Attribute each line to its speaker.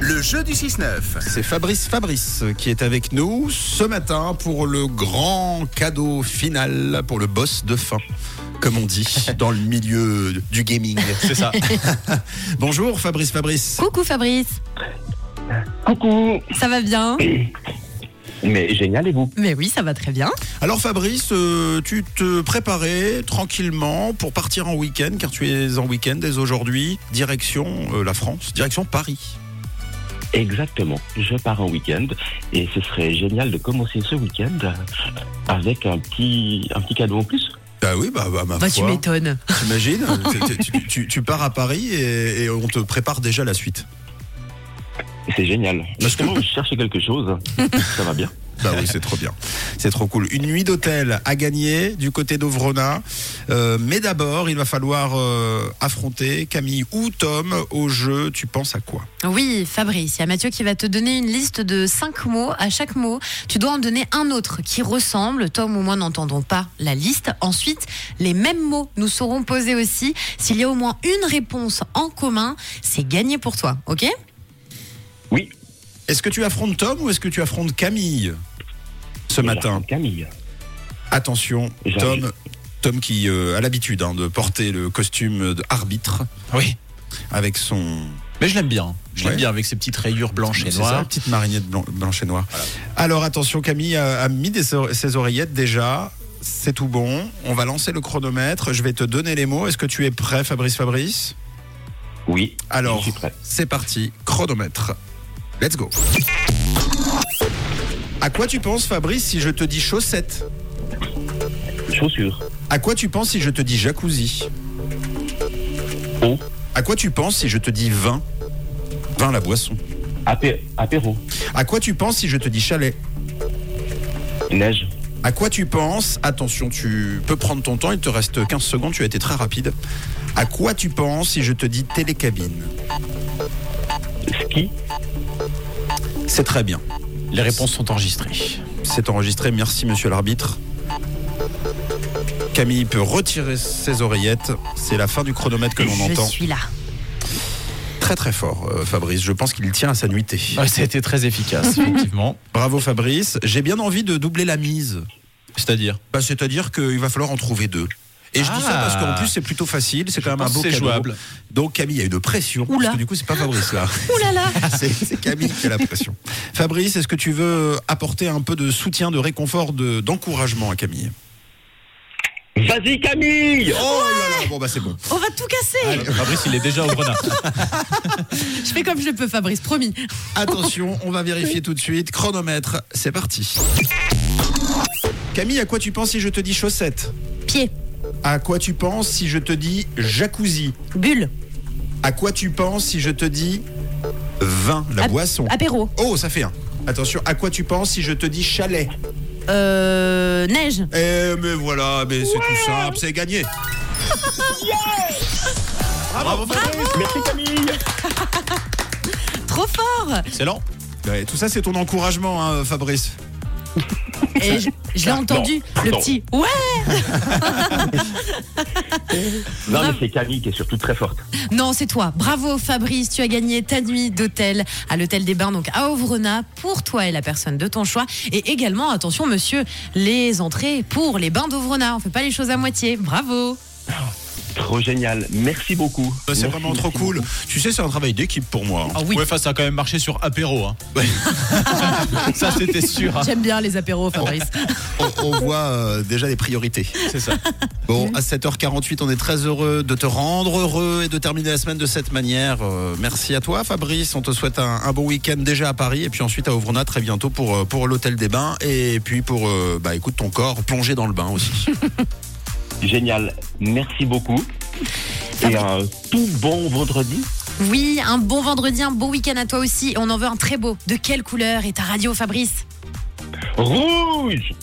Speaker 1: Le jeu du 6-9.
Speaker 2: C'est Fabrice Fabrice qui est avec nous ce matin pour le grand cadeau final pour le boss de fin, comme on dit dans le milieu du gaming. C'est ça. Bonjour Fabrice Fabrice.
Speaker 3: Coucou Fabrice,
Speaker 4: Coucou
Speaker 3: ça va bien
Speaker 4: Mais génial, et vous
Speaker 3: Mais oui, ça va très bien.
Speaker 2: Alors Fabrice, euh, tu te préparais tranquillement pour partir en week-end car tu es en week-end dès aujourd'hui, direction euh, la France, direction Paris.
Speaker 4: Exactement. Je pars en week-end et ce serait génial de commencer ce week-end avec un petit, un petit cadeau en plus.
Speaker 2: Bah oui, bah, bah, ma
Speaker 3: Bah, tu
Speaker 2: foi.
Speaker 3: m'étonnes.
Speaker 2: T'imagines Tu- tu, tu- tu pars à Paris et, et on te prépare déjà la suite.
Speaker 4: C'est génial. Justement, je cherchais quelque chose. Ça va bien.
Speaker 2: Bah oui, c'est trop bien. C'est trop cool. Une nuit d'hôtel à gagner du côté d'Ovrona. Euh, mais d'abord, il va falloir euh, affronter Camille ou Tom au jeu. Tu penses à quoi
Speaker 3: Oui, Fabrice, il y a Mathieu qui va te donner une liste de cinq mots. À chaque mot, tu dois en donner un autre qui ressemble. Tom ou moi n'entendons pas la liste. Ensuite, les mêmes mots nous seront posés aussi. S'il y a au moins une réponse en commun, c'est gagné pour toi, ok
Speaker 4: Oui.
Speaker 2: Est-ce que tu affrontes Tom ou est-ce que tu affrontes Camille ce matin
Speaker 4: Camille.
Speaker 2: Attention,
Speaker 4: J'arrive.
Speaker 2: Tom, Tom qui euh, a l'habitude hein, de porter le costume d'arbitre
Speaker 5: Ah Oui,
Speaker 2: avec son
Speaker 5: mais je l'aime bien. Je
Speaker 2: Ouais.
Speaker 5: l'aime bien avec ses petites rayures blanches et
Speaker 2: C'est ça,
Speaker 5: noires.
Speaker 2: petite marinette blan- blanche et noire. Alors attention, Camille a, a mis des sor- ses oreillettes déjà. C'est tout bon. On va lancer le chronomètre. Je vais te donner les mots. Est-ce que tu es prêt, Fabrice Fabrice
Speaker 4: Oui.
Speaker 2: Alors,
Speaker 4: Je suis prêt.
Speaker 2: c'est parti. Chronomètre. Let's go. À quoi tu penses, Fabrice, si je te dis chaussettes
Speaker 4: Chaussures.
Speaker 2: À quoi tu penses si je te dis jacuzzi
Speaker 4: Eau.
Speaker 2: À quoi tu penses si je te dis vin Vin, la boisson.
Speaker 4: Apé- apéro.
Speaker 2: À quoi tu penses si je te dis chalet
Speaker 4: Neige.
Speaker 2: À quoi tu penses Attention, tu peux prendre ton temps, il te reste 15 secondes, tu as été très rapide. À quoi tu penses si je te dis télécabine
Speaker 4: Ski.
Speaker 2: C'est très bien.
Speaker 5: Les réponses sont enregistrées.
Speaker 2: C'est enregistré, merci monsieur l'arbitre. Camille peut retirer ses oreillettes. C'est la fin du chronomètre que l'on
Speaker 3: Je
Speaker 2: entend.
Speaker 3: suis là.
Speaker 2: Très très fort, euh, Fabrice. Je pense qu'il tient à sa nuitée.
Speaker 5: Ouais, ça a été très efficace, effectivement.
Speaker 2: Bravo Fabrice. J'ai bien envie de doubler la mise.
Speaker 5: C'est-à-dire
Speaker 2: Bah, C'est-à-dire qu'il va falloir en trouver deux. Et je dis ça
Speaker 5: Ah.
Speaker 2: parce qu'en plus c'est plutôt facile, c'est quand même un
Speaker 5: pense
Speaker 2: beau
Speaker 5: que c'est
Speaker 2: cadeau.
Speaker 5: jouable.
Speaker 2: Donc Camille a eu de pression,
Speaker 3: Oula.
Speaker 2: parce que du coup c'est pas Fabrice là.
Speaker 3: Ouh là là
Speaker 2: Ah, C'est c'est Camille qui a la pression. Fabrice, est-ce que tu veux apporter un peu de soutien, de réconfort, de- d'encouragement à Camille
Speaker 4: Vas-y, Camille
Speaker 2: Oh là là, bon bah c'est bon.
Speaker 3: On va tout casser
Speaker 5: Fabrice, il est déjà au renard.
Speaker 3: Je fais comme je peux, Fabrice, promis.
Speaker 2: Attention, on va vérifier tout de suite. Chronomètre, c'est parti. Camille, à quoi tu penses si je te dis chaussettes
Speaker 3: Pied,
Speaker 2: À quoi tu penses si je te dis jacuzzi
Speaker 3: bulle,
Speaker 2: À quoi tu penses si je te dis vin, la
Speaker 3: Ap-
Speaker 2: boisson
Speaker 3: apéro,
Speaker 2: Oh, ça fait un. Attention, à quoi tu penses si je te dis chalet
Speaker 3: euh, neige,
Speaker 2: Eh mais voilà, mais c'est tout simple, c'est gagné. Bravo, Fabrice.
Speaker 4: Merci, Camille
Speaker 3: trop fort
Speaker 5: Excellent.
Speaker 2: Ouais, Ben, Tout ça c'est ton encouragement hein, Fabrice.
Speaker 3: Et je, je l'ai entendu, le
Speaker 4: Ah, non.
Speaker 3: petit. Ouais
Speaker 4: Non, mais c'est Camille qui est surtout très forte.
Speaker 3: Non, c'est toi. Bravo Fabrice, tu as gagné ta nuit d'hôtel à l'hôtel des Bains, donc à Ovrona, pour toi et la personne de ton choix. Et également, attention monsieur, les entrées pour les Bains d'Ovrona. On fait pas les choses à moitié. Bravo
Speaker 4: Trop génial. Merci beaucoup.
Speaker 2: Bah, C'est
Speaker 4: Merci,
Speaker 2: vraiment trop
Speaker 4: merci
Speaker 2: cool.
Speaker 4: beaucoup.
Speaker 2: Tu sais c'est un travail d'équipe pour moi. hein.
Speaker 3: Ah oui.
Speaker 5: Ouais, enfin, ça a quand même marché sur apéro. hein. ça, c'était sûr. hein.
Speaker 3: J'aime bien les apéros, Fabrice.
Speaker 2: On, on voit euh, déjà les priorités.
Speaker 5: C'est ça.
Speaker 2: Bon, à 7h48, on est très heureux de te rendre heureux et de terminer la semaine de cette manière. Euh, merci à toi Fabrice, on te souhaite un, un bon week-end déjà à Paris et puis ensuite à Ovrona très bientôt pour, euh, pour l'hôtel des bains et puis pour, euh, bah écoute, ton corps plongé dans le bain aussi.
Speaker 4: Génial. Merci beaucoup. Et un tout bon vendredi.
Speaker 3: Oui, un bon vendredi, un bon week-end à toi aussi. Et On en veut un très beau. De quelle couleur est ta radio, Fabrice
Speaker 4: Rouge